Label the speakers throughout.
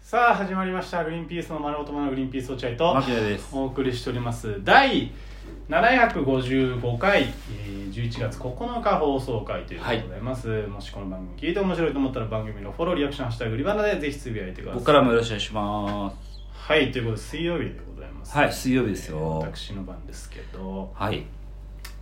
Speaker 1: さあ始まりました「グリーンピースの丸ごとのグリーンピース落合」と
Speaker 2: 牧野です
Speaker 1: お送りしております第755回、えー11月9日放送回ということでございます、もしこの番組聞いて面白いと思ったら番組のフォローリアクション「ハッシュタググリバナ」でぜひつぶやいてください
Speaker 2: 僕からもよろしくお願いしま
Speaker 1: はいということで水曜日でございます
Speaker 2: すはい水曜日ですよ
Speaker 1: 私の番ですけど、
Speaker 2: はい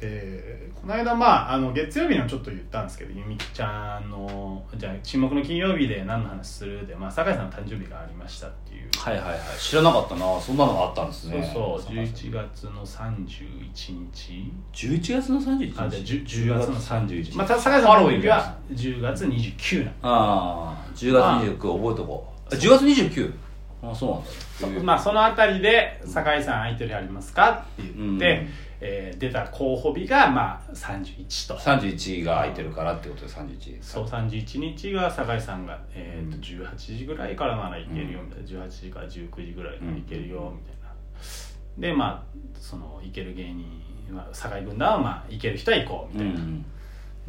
Speaker 1: えーこの間まああの月曜日のちょっと言ったんですけどゆみきちゃんのじゃあ沈黙の金曜日で何の話するで、まあ、酒井さんの誕生日がありましたっていう
Speaker 2: はいはいはい知らなかったなそんなのがあったんです
Speaker 1: そう
Speaker 2: ね
Speaker 1: そう、11月の31日
Speaker 2: 11月の31日
Speaker 1: あじゃあ 10, 10月の31日ま
Speaker 2: ま
Speaker 1: あ
Speaker 2: あ
Speaker 1: た酒井さんの
Speaker 2: ハロウィン
Speaker 1: 時は10月29なの
Speaker 2: あー10月29覚えとこうあ10月29あそう
Speaker 1: そ
Speaker 2: なんだ
Speaker 1: まあそのあたりで「酒井さん空いてる日ありますか?」って言って、
Speaker 2: うん
Speaker 1: えー出た候補日がまあ31と
Speaker 2: 31が空いてるからってことで31
Speaker 1: そう31日が酒井さんが、えー、と
Speaker 2: うん
Speaker 1: 18時ぐらいからなら行けるよみたいな、18時から19時ぐらいなら行けるよみたいな、でまあその行ける芸人は酒井軍団はまあ行ける人は行こうみ
Speaker 2: う
Speaker 1: たい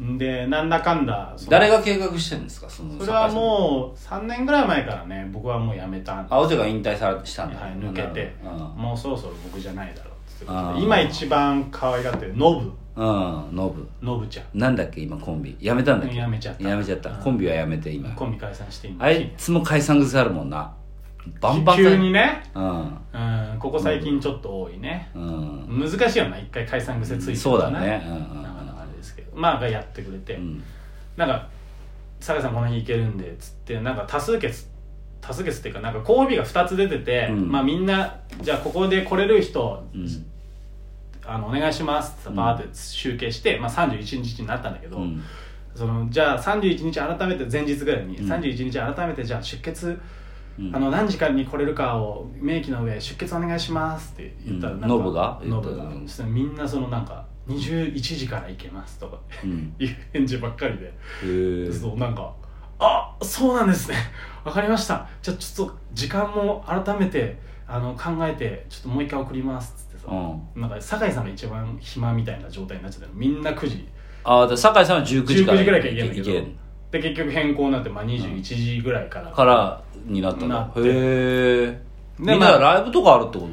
Speaker 1: な、
Speaker 2: ん
Speaker 1: でなんだかんだその
Speaker 2: 誰が計画してるんですかその
Speaker 1: それは
Speaker 2: う
Speaker 1: もう3年ぐらい前からね僕はもう辞めたんで
Speaker 2: 青手が引退されしたんだ
Speaker 1: はい抜けて
Speaker 2: うん
Speaker 1: もうそろそろ僕じゃないだろうってことで
Speaker 2: あー
Speaker 1: 今一番可愛がってるノ
Speaker 2: うんノブ
Speaker 1: ブノブちゃん
Speaker 2: なんだっけ今コンビやめたんだっけ
Speaker 1: やめちゃった
Speaker 2: やめちゃった
Speaker 1: うん
Speaker 2: コンビはやめて今
Speaker 1: コンビ解散して今
Speaker 2: あいつも解散癖あるもんなバンバン
Speaker 1: 急にね
Speaker 2: うん
Speaker 1: うんここ最近ちょっと多いね
Speaker 2: うん、
Speaker 1: 難しいよな一回解散癖ついてる
Speaker 2: そう
Speaker 1: か
Speaker 2: だ
Speaker 1: ら
Speaker 2: ねうんうん
Speaker 1: なかなかあれですけどまあがやってくれて、
Speaker 2: うん
Speaker 1: なんか「酒井さんこの日行けるんで」つってなんか多数決多数決っていうかなんか交尾が2つ出てて、
Speaker 2: うん
Speaker 1: まあみんなじゃあここで来れる人、
Speaker 2: うん
Speaker 1: あのお願いしますってバーって集計して、まあ、31日になったんだけど、
Speaker 2: うん
Speaker 1: そのじゃあ31日改めて前日ぐらいに、
Speaker 2: うん
Speaker 1: 31日改めてじゃあ出血、
Speaker 2: うん
Speaker 1: あの何時間に来れるかを明記の上出血お願いしますって言ったら
Speaker 2: うん
Speaker 1: なんか
Speaker 2: ノブが
Speaker 1: ノブが
Speaker 2: 言ったの
Speaker 1: そしたらみんなそのなんか21時から行けますとか
Speaker 2: うん
Speaker 1: いう返事ばっかりで。
Speaker 2: へえ
Speaker 1: そうなんかあそうなんですね わかりましたじゃあちょっと時間も改めてあの考えてちょっともう一回送りますっつってさ、
Speaker 2: う
Speaker 1: なんか酒井さんが一番暇みたいな状態になっちゃってみんな9時
Speaker 2: あだから酒井さんは19時か
Speaker 1: 19
Speaker 2: ら
Speaker 1: 時ぐらいから行けんだけど
Speaker 2: 行ん
Speaker 1: で結局変更になって、まあ、21時ぐらいから、
Speaker 2: からになったん
Speaker 1: な
Speaker 2: だ
Speaker 1: って
Speaker 2: へえ
Speaker 1: で
Speaker 2: みん
Speaker 1: ま
Speaker 2: な
Speaker 1: あ
Speaker 2: ライブとかあるってこ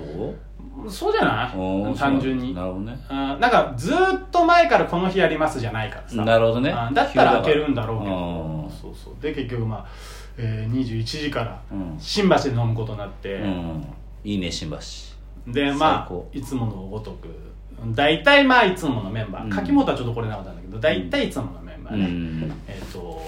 Speaker 1: そうじゃない、
Speaker 2: とうん
Speaker 1: 単純に
Speaker 2: なるほどね
Speaker 1: あなんかずーっと前からこの日やりますじゃないからさ
Speaker 2: なるほどね
Speaker 1: あだったら開けるんだろうけ
Speaker 2: うん
Speaker 1: どそうそうで結局まあ、えー、21時から
Speaker 2: うん
Speaker 1: 新橋で飲むことになって、
Speaker 2: うんいいね新橋
Speaker 1: でま
Speaker 2: 最
Speaker 1: あ
Speaker 2: 高
Speaker 1: いつものごとく大体まあいつものメンバー、
Speaker 2: うん
Speaker 1: 柿本はちょっと来れなかったんだけど大体いつものメンバー
Speaker 2: う
Speaker 1: ね、
Speaker 2: ん
Speaker 1: えっ、と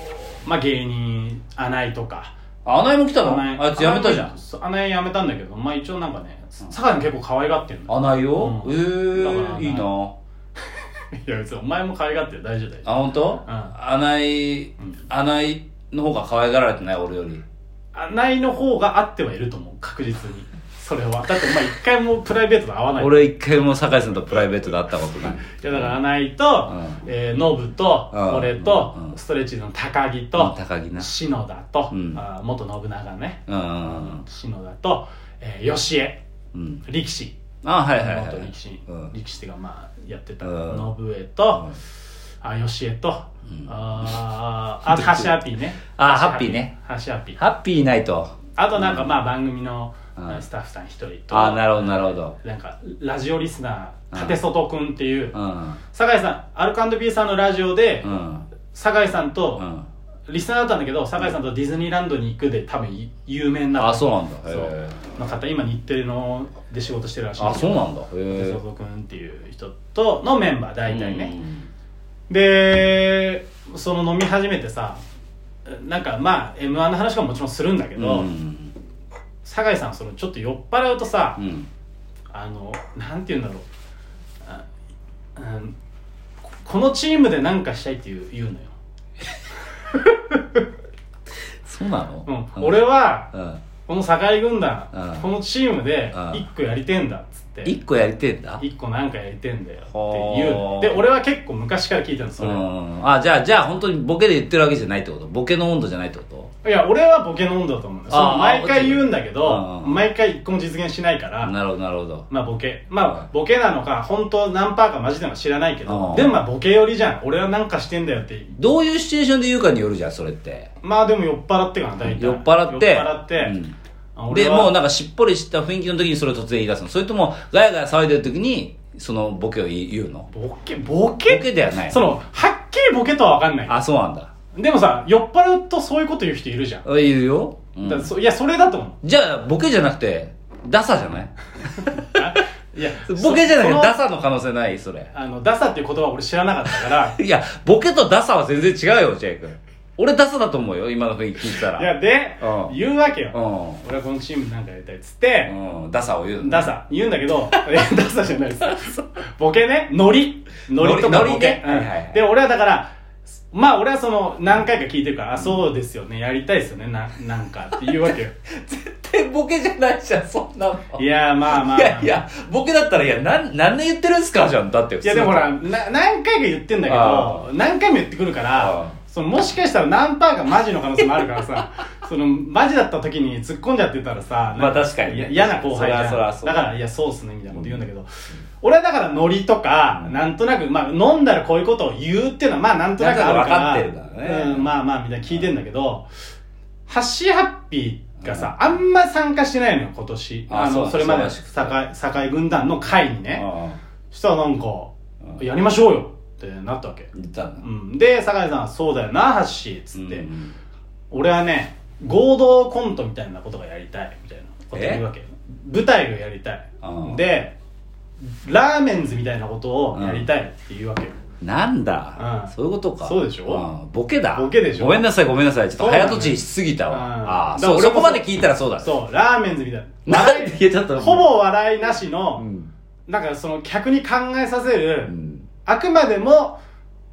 Speaker 1: まあ芸人穴井とか
Speaker 2: あ穴井も来たの
Speaker 1: 穴井
Speaker 2: あいつ辞めたじゃん
Speaker 1: そう穴井辞めたんだけどまあ一応なんかね酒井も結構可愛がってるんだよ
Speaker 2: 穴井を
Speaker 1: う
Speaker 2: え
Speaker 1: ん
Speaker 2: え
Speaker 1: だから穴井
Speaker 2: いいな
Speaker 1: いや別にお前も可愛がってる大丈夫大丈夫
Speaker 2: あ本当
Speaker 1: ん
Speaker 2: 穴井
Speaker 1: ん
Speaker 2: 穴井の方が可愛がられてない俺より
Speaker 1: 穴井の方が合ってはいると思う確実にそれはだってお前一回もプライベートで会わない
Speaker 2: 俺一回も酒井さんとプライベートで会ったことない
Speaker 1: いやだから穴井と、
Speaker 2: うん
Speaker 1: えーノブと、
Speaker 2: うん
Speaker 1: 俺と、
Speaker 2: うん
Speaker 1: ストレッチーズの高木
Speaker 2: うん
Speaker 1: と、
Speaker 2: 高木な
Speaker 1: 篠田と、
Speaker 2: うん
Speaker 1: あー元信長ね、
Speaker 2: うんうん
Speaker 1: 篠田と、えー、吉江
Speaker 2: うん
Speaker 1: 力士
Speaker 2: あはいはいはい
Speaker 1: 元力士、
Speaker 2: うん
Speaker 1: 力士っていうかまあやってた、
Speaker 2: うん
Speaker 1: 信江と
Speaker 2: う、ん
Speaker 1: あ吉江と、
Speaker 2: ん
Speaker 1: あ ーあハシハピーね
Speaker 2: あ
Speaker 1: 橋
Speaker 2: ハッピーね
Speaker 1: ハシハピー
Speaker 2: ハッピーナイト
Speaker 1: あとなんかまあ番組の
Speaker 2: うん
Speaker 1: あスタッフさん一人と
Speaker 2: あなるほどなるほど
Speaker 1: なんかラジオリスナー立外くんっていう
Speaker 2: うん
Speaker 1: 酒井さんアルカンドビーさんのラジオで、
Speaker 2: うん
Speaker 1: 酒井さんと、
Speaker 2: うん
Speaker 1: リスナーだったんだけど酒井さんとディズニーランドに行くで多分い有名にな
Speaker 2: あ
Speaker 1: った
Speaker 2: そうなんだへ
Speaker 1: そう
Speaker 2: え
Speaker 1: の方今日テレので仕事してるらしい
Speaker 2: あそううなんだへ
Speaker 1: 哲
Speaker 2: え
Speaker 1: 夫君っていう人とのメンバー大体ね、でその飲み始めてさなんかまあ m 1の話はもちろんするんだけ
Speaker 2: うん
Speaker 1: ど、
Speaker 2: うん
Speaker 1: 酒井さんそのちょっと酔っ払うとさ、
Speaker 2: うん
Speaker 1: あのなんて言うんだろうあうんここのチームで何かしたいっていう言うのよ、
Speaker 2: そうなの
Speaker 1: うん
Speaker 2: うん
Speaker 1: 俺は
Speaker 2: うん
Speaker 1: この酒井軍団、
Speaker 2: うん
Speaker 1: このチームで
Speaker 2: うん
Speaker 1: 1個やりてんだっつって、
Speaker 2: 一個やりてえんだ
Speaker 1: 1個なんかやりてんだよって
Speaker 2: ほ
Speaker 1: 言う
Speaker 2: ー
Speaker 1: ので俺は結構昔から聞いてるのそれ、
Speaker 2: うんあじゃあじゃあ本当にボケで言ってるわけじゃないってことボケの温度じゃないってこと
Speaker 1: いや俺はボケの温度だと思うんだよそ
Speaker 2: あー
Speaker 1: の毎回言うんだけど
Speaker 2: 落ちてるうん
Speaker 1: 毎回1個も実現しないから
Speaker 2: なるほどなるほど
Speaker 1: まあボケまあ
Speaker 2: うん
Speaker 1: ボケなのか本当何パーかマジでのか知らないけ
Speaker 2: う
Speaker 1: ど
Speaker 2: ん
Speaker 1: でもまあボケ寄りじゃん俺はなんかしてんだよって
Speaker 2: どういうシチュエーションで言うかによるじゃんそれって
Speaker 1: まあでも酔っ払ってかな大体
Speaker 2: 酔っ払って
Speaker 1: 酔っ払って、
Speaker 2: うん
Speaker 1: あ俺
Speaker 2: で、
Speaker 1: は
Speaker 2: もうなんかしっぽりした雰囲気の時にそれを突然言い出すの。それとも、ガヤガヤ騒いでる時に、そのボケを言い言うの。
Speaker 1: ボケボ
Speaker 2: ボ
Speaker 1: ケ
Speaker 2: ケではない。
Speaker 1: そのはっきりボケとは分かんない
Speaker 2: あ、そうなんだ。
Speaker 1: でもさ酔っ払うとそういうこと言う人いるじゃん、
Speaker 2: あ言うよ。うん
Speaker 1: だからそいやそれだと思
Speaker 2: じゃあ、ボケじゃなくて、ダサじゃないう
Speaker 1: あいや
Speaker 2: ボケじゃなく
Speaker 1: そ
Speaker 2: て、
Speaker 1: の
Speaker 2: ダサの可能性ないそれ。
Speaker 1: あのダサっていう言葉は俺知らなかったから
Speaker 2: いや、ボケとダサは全然違うよ、落合君。俺ダサだと思うよ、今の雰囲気聞いたら。
Speaker 1: いやで、
Speaker 2: うん
Speaker 1: 言うわけよ、
Speaker 2: うん。
Speaker 1: 俺はこのチームなんかやりたいっつって、
Speaker 2: うん、ダサを言うの
Speaker 1: ダサ言うんだけ どいやダサじゃないですボケねノリノリとか
Speaker 2: ノリ
Speaker 1: ボケ
Speaker 2: ノリね、
Speaker 1: うん
Speaker 2: はいはいはい
Speaker 1: で俺はだからまあ俺はその何回か聞いてるから、あそうですよねやりたいですよねななんかっていうわ けよ
Speaker 2: 絶対ボケじゃないじゃんそんなの
Speaker 1: いやーまあまあ、まあ、
Speaker 2: いやいやボケだったらいやなん何年言ってるんすかじゃんだって普
Speaker 1: い
Speaker 2: 通
Speaker 1: やでもほらな何回か言ってんだけ
Speaker 2: あ
Speaker 1: ど何回も言ってくるか
Speaker 2: あ
Speaker 1: らそのもしかしたら何パーかマジの可能性もあるから さそのマジだった時に突っ込んじゃってたらさ
Speaker 2: まあ
Speaker 1: なん
Speaker 2: 確かにね
Speaker 1: いや嫌な後輩じゃん
Speaker 2: そらそらそう
Speaker 1: だから「いやそうっすね」みたいなこと言うんだけど、俺はだからノリとか、
Speaker 2: うん
Speaker 1: なんとなく、まあ、飲んだらこういうことを言うっていうのはまあなんとなくあるから
Speaker 2: なんとなく分かってるからね
Speaker 1: うん、まあまあみたいな聞いてんだけど、ハッシーハッピーがさ、あんま参加してないのよ今年
Speaker 2: あ
Speaker 1: あ
Speaker 2: そう
Speaker 1: の
Speaker 2: だ
Speaker 1: それまで
Speaker 2: 忙
Speaker 1: の
Speaker 2: しくて
Speaker 1: 堺軍団の会にね、
Speaker 2: あ
Speaker 1: そしたらなんか「
Speaker 2: うん
Speaker 1: やりましょうよ」ってなったわけ、
Speaker 2: 言ったん
Speaker 1: う
Speaker 2: だ
Speaker 1: ん、で酒井さん「そうだよなハッシー」っつって、
Speaker 2: うん
Speaker 1: 俺はね合同コントみたいなことがやりたいみたいなことを言うわけ舞台をやりたい
Speaker 2: うん
Speaker 1: でラーメンズみたいなことをやりたいっていうわけよ、
Speaker 2: なんだ、
Speaker 1: うん
Speaker 2: そういうことか
Speaker 1: そうでしょ、
Speaker 2: うんボケだ
Speaker 1: ボケでしょ
Speaker 2: ごめんなさいごめんなさいちょっと
Speaker 1: そうなんだ
Speaker 2: 早
Speaker 1: よ
Speaker 2: とちりしすぎたわ、
Speaker 1: うん
Speaker 2: ああ
Speaker 1: だか
Speaker 2: そ
Speaker 1: ら
Speaker 2: うそ
Speaker 1: そ
Speaker 2: こ
Speaker 1: こ
Speaker 2: まで聞いたらそうだ
Speaker 1: そうラーメンズみたいな
Speaker 2: なんて言えちゃったの
Speaker 1: ほぼ笑いなしの、
Speaker 2: うん
Speaker 1: なんかその客に考えさせる、
Speaker 2: うん
Speaker 1: あくまでも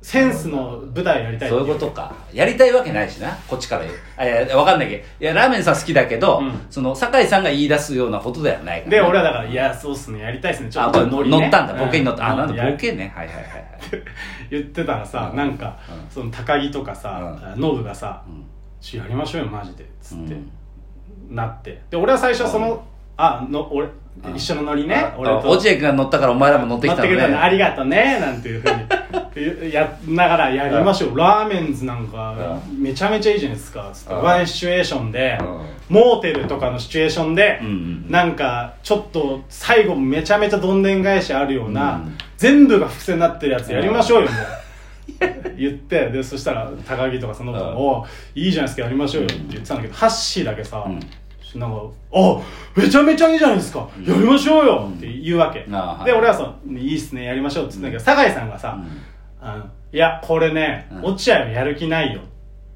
Speaker 1: センスの舞台をやりたいって
Speaker 2: そういうことかやりたいわけないしなこっちから言うあいやわかんないけどいやラーメンさん好きだけど、
Speaker 1: うん
Speaker 2: その酒井さんが言い出すようなことではないから
Speaker 1: で、俺はだから、いや、そうっすね、やりたいっすね、ちょ
Speaker 2: あ
Speaker 1: っと
Speaker 2: 乗
Speaker 1: ノリ、ね、
Speaker 2: ったんだボケに乗った、あ
Speaker 1: う
Speaker 2: なんだボ
Speaker 1: や
Speaker 2: ケねはいはいはいはい
Speaker 1: 言ってたらさ、
Speaker 2: うん
Speaker 1: なんか、
Speaker 2: うん
Speaker 1: その高木とかさ、ノブがさ
Speaker 2: うん
Speaker 1: 「ちょやりましょうよマジで」っつって、
Speaker 2: うん
Speaker 1: なってで俺は最初その、あの俺
Speaker 2: うん
Speaker 1: 一緒のノリね
Speaker 2: あ
Speaker 1: 俺と
Speaker 2: 落合君が乗ったからお前らも乗ってき
Speaker 1: 待
Speaker 2: た
Speaker 1: って
Speaker 2: の
Speaker 1: く
Speaker 2: ね
Speaker 1: れたのありがとねなんていうふうにやながらやりましょう、ラーメンズなんかめちゃめちゃいいじゃないですかつって、
Speaker 2: うん
Speaker 1: ワンシチュエーションで、モーテルとかのシチュエーションで、
Speaker 2: うんうんうん
Speaker 1: なんかちょっと最後めちゃめちゃどんでん返しあるような、
Speaker 2: うん
Speaker 1: 全部が伏線になってるやつやりましょうよ、もう 言ってでそしたら高木とかその子
Speaker 2: うん
Speaker 1: も「いいじゃないですかやりましょうよ」って言ってたんだけど、ハッシーだけさ、
Speaker 2: うん
Speaker 1: なんか「あめちゃめちゃいいじゃないですか、やりましょうよ」って言うわけ、
Speaker 2: うんあはい
Speaker 1: で俺はその「いいっすねやりましょう」って言ってんだけど酒井さんがさ、あのいやこれね、
Speaker 2: うん
Speaker 1: 落合はやる気ないよ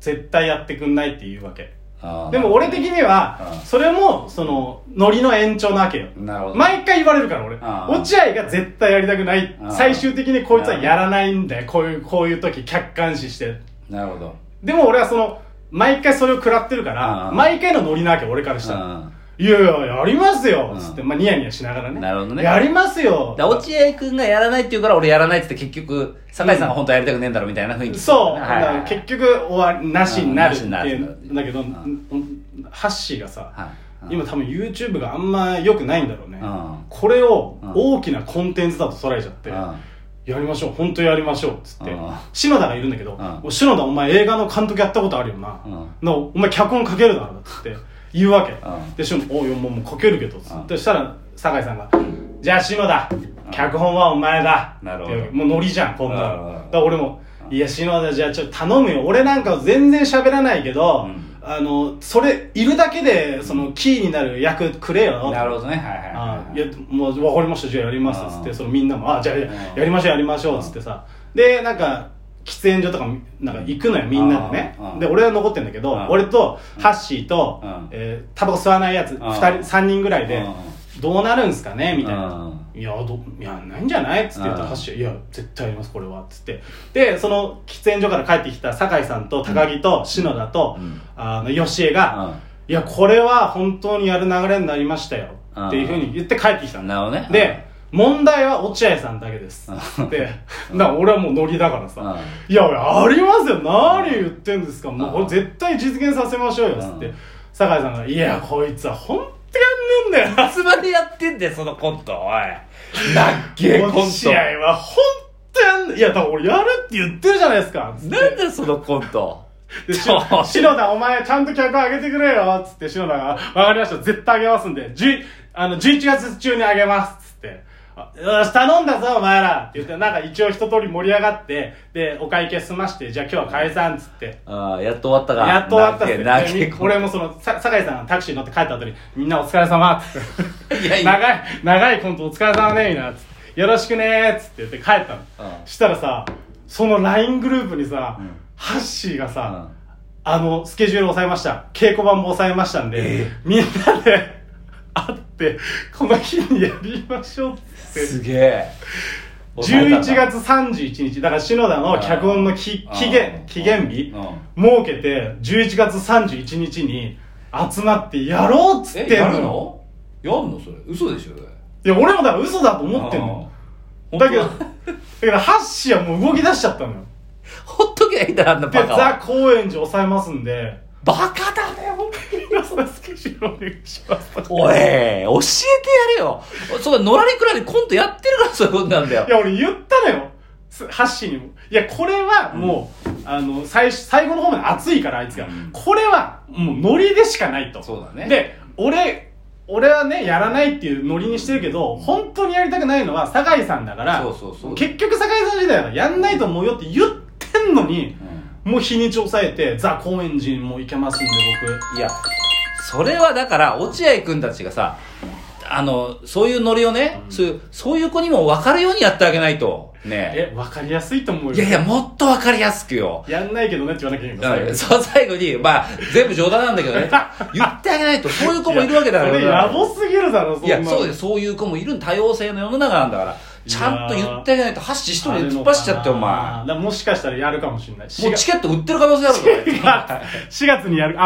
Speaker 1: 絶対やってくんない」って言うわけ
Speaker 2: あー
Speaker 1: でも俺的に
Speaker 2: うん
Speaker 1: はそれもそのノリの延長なわけよ
Speaker 2: なるほど
Speaker 1: 毎回言われるから俺
Speaker 2: うん
Speaker 1: 落合が絶対やりたくない
Speaker 2: うん
Speaker 1: 最終的にこいつはやらないんだよこういうこういう時客観視して
Speaker 2: なるほど
Speaker 1: でも俺はその毎回それを食らってるから
Speaker 2: うん
Speaker 1: 毎回のノリなわけ俺からしたら
Speaker 2: うん
Speaker 1: 「いやいややりますよ」
Speaker 2: うん
Speaker 1: つってまあニヤニヤしながらね
Speaker 2: なるほどね
Speaker 1: やりますよ
Speaker 2: だから落合君がやらないって言うから俺やらないって言って結局酒井さんが本当はやりたくねえんだろみたいな雰囲気
Speaker 1: そう、
Speaker 2: はい
Speaker 1: だから結局終わりなしになるって
Speaker 2: うんなし
Speaker 1: い
Speaker 2: になる
Speaker 1: うんだけど、
Speaker 2: うん
Speaker 1: ハッシーがさ、
Speaker 2: はい
Speaker 1: 今多分 YouTube があんま良くないんだろうね、
Speaker 2: うん
Speaker 1: これを
Speaker 2: うん
Speaker 1: 大きなコンテンツだと捉えちゃって、
Speaker 2: うん
Speaker 1: やりましょう本当やりましょうっつって、
Speaker 2: うん
Speaker 1: 篠田がいるんだけど、
Speaker 2: うん
Speaker 1: 篠田お前映画の監督やったことあるよな、
Speaker 2: うん
Speaker 1: なお前脚本書けるだろっつって言うわけ、
Speaker 2: ん
Speaker 1: で篠田おいもうもう書けるけどっつって、
Speaker 2: うん
Speaker 1: そしたら酒井さんが「じゃあ篠田脚本はお前だ」
Speaker 2: なるほど
Speaker 1: ってもうノリじゃんこんなの
Speaker 2: なるほど
Speaker 1: だから俺も「いや篠田じゃあちょっと頼むよ俺なんか全然喋らないけど、
Speaker 2: うん
Speaker 1: あのそれいるだけでそのキーになる役くれよ」
Speaker 2: なるほどねはいはい
Speaker 1: あ
Speaker 2: はい
Speaker 1: いやもう分かりましたじゃあやりますっつっ
Speaker 2: う
Speaker 1: て
Speaker 2: ん
Speaker 1: そのみんなも「あじゃあや
Speaker 2: うん
Speaker 1: やりましょうやりましょう」っつってさでなんか喫煙所とかなんか行くのよみんなでね
Speaker 2: うんうん
Speaker 1: で俺は残ってんだけど
Speaker 2: うん
Speaker 1: 俺とハッシーと、
Speaker 2: うん
Speaker 1: えータバコ吸わないやつ
Speaker 2: ん
Speaker 1: 2人3人ぐらいで
Speaker 2: う
Speaker 1: どうなるんすかねみたいな
Speaker 2: う
Speaker 1: 「
Speaker 2: ん
Speaker 1: いやどいやないんじゃない?」っつって言った
Speaker 2: うん
Speaker 1: らハッシー「いや絶対やりますこれは」っつってでその喫煙所から帰ってきた酒井さんと高木と篠田と、
Speaker 2: うん
Speaker 1: あの吉江が「
Speaker 2: う
Speaker 1: いや、これは本当にやる流れになりましたよ。っていうふうに言って帰ってきた
Speaker 2: ん
Speaker 1: んだ。
Speaker 2: なるほどね
Speaker 1: で、問題は落合さんだけ です。
Speaker 2: うん
Speaker 1: で、だから俺はもうノリだから
Speaker 2: う
Speaker 1: さ。
Speaker 2: ん
Speaker 1: いや、いやありますよ。何言ってんですか。もうこ
Speaker 2: うん
Speaker 1: れ絶対実現させましょうよ。つっ
Speaker 2: う
Speaker 1: て
Speaker 2: ん、
Speaker 1: 酒井さんが、いや、こいつは本当やんねえんだよ
Speaker 2: いつまでやってんだよそのコントおいなっけコン
Speaker 1: な。
Speaker 2: ト
Speaker 1: 落合は本当やんねえ。いや、だから俺やるって言ってるじゃないですか。つって
Speaker 2: なんだよそのコント
Speaker 1: でし
Speaker 2: そう
Speaker 1: 篠田お前ちゃんと客上げてくれよっつって篠田が「わかりました絶対上げますんで10あの11月中に上げます」っつって「あよし頼んだぞお前ら」って言ってなんか一応一通り盛り上がってでお会計済まして「じゃあ今日は解散」っつって
Speaker 2: ああ、やっと終わったが。
Speaker 1: やっと終わったっ
Speaker 2: 泣け泣
Speaker 1: す
Speaker 2: け
Speaker 1: ね。
Speaker 2: 込む
Speaker 1: 俺もその、さ酒井さんがタクシーに乗って帰った後に、みんなお疲れ様っつって。
Speaker 2: いやいや
Speaker 1: 長い、長いコントお疲れ様ね、みんな。つってよろしくねーっつって言って帰ったの。
Speaker 2: うん
Speaker 1: したらさ、その LINE グループにさ、
Speaker 2: うん
Speaker 1: ハッシーがさ、
Speaker 2: う
Speaker 1: あの、スケジュール抑えました。稽古版も抑えましたんで、
Speaker 2: ええ
Speaker 1: みんなで会って、この日にやりましょうっ
Speaker 2: ん
Speaker 1: つって。
Speaker 2: すげえ。
Speaker 1: 11月31日、だから篠田の脚本のき
Speaker 2: うん
Speaker 1: 期限
Speaker 2: う、ん
Speaker 1: 期限日
Speaker 2: う
Speaker 1: 設けて、11月31日に集まってやろうっつって
Speaker 2: え、や
Speaker 1: ん
Speaker 2: るのやるのそれ。嘘でしょ、それ。
Speaker 1: いや、俺もだから嘘だと思ってんの。
Speaker 2: うん。
Speaker 1: だけど、だ
Speaker 2: 本当は
Speaker 1: からハッシーはもう動き出しちゃったのよ。
Speaker 2: ほっとけばいいんだろ、あんな
Speaker 1: で、
Speaker 2: バカ
Speaker 1: ザ
Speaker 2: は。・
Speaker 1: 高円寺抑えますん で、
Speaker 2: バカだね、ほんと
Speaker 1: 皆さんスケジュールお願いしますとか
Speaker 2: おい、教えてやれよ。それ、野良りくらいでコントやってるからそういうことなんだよ
Speaker 1: い。や、俺言ったのよ。すハッシーにも。いや、これはもう、あの、最初、最後の方まで熱いから、あいつが。
Speaker 2: うん
Speaker 1: これは、もうノリでしかないと。
Speaker 2: そうだね
Speaker 1: で、俺、俺はね、やらないっていうノリにしてるけど、本当にやりたくないのは、酒井さんだから、
Speaker 2: そうそうそう
Speaker 1: 結局酒井さん時代はやんないと思うよって言ってんのに、
Speaker 2: うん
Speaker 1: もう日にち抑えて、ザ・高円寺にも行けますんで、
Speaker 2: いや、それはだから、落合君たちがさ、あの、そういうノリをね、
Speaker 1: うん
Speaker 2: そういう、そういう子にも分かるようにやってあげないと。ね
Speaker 1: 僕。え、わかりやすいと思うよ。
Speaker 2: いやいや、もっとわかりやすくよ。
Speaker 1: やんないけどねって言わなきゃいけないから最後
Speaker 2: そう、最後に、まあ、全部冗談なんだけ どね、言ってあげないと、そういう子もいるわけだから。
Speaker 1: それやぼすぎるだろ、そん
Speaker 2: い
Speaker 1: な
Speaker 2: や、
Speaker 1: の
Speaker 2: そうです。そういう子もいる多様性の世の中なんだから。ちゃんと言ってあげないと、ハッシー一人で突っ走っちゃって、お前。
Speaker 1: あ
Speaker 2: も
Speaker 1: だからもしかしたらやるかもしれない。4
Speaker 2: う
Speaker 1: 月
Speaker 2: チケット売ってる可能性あるから。
Speaker 1: 4月にやる。あ、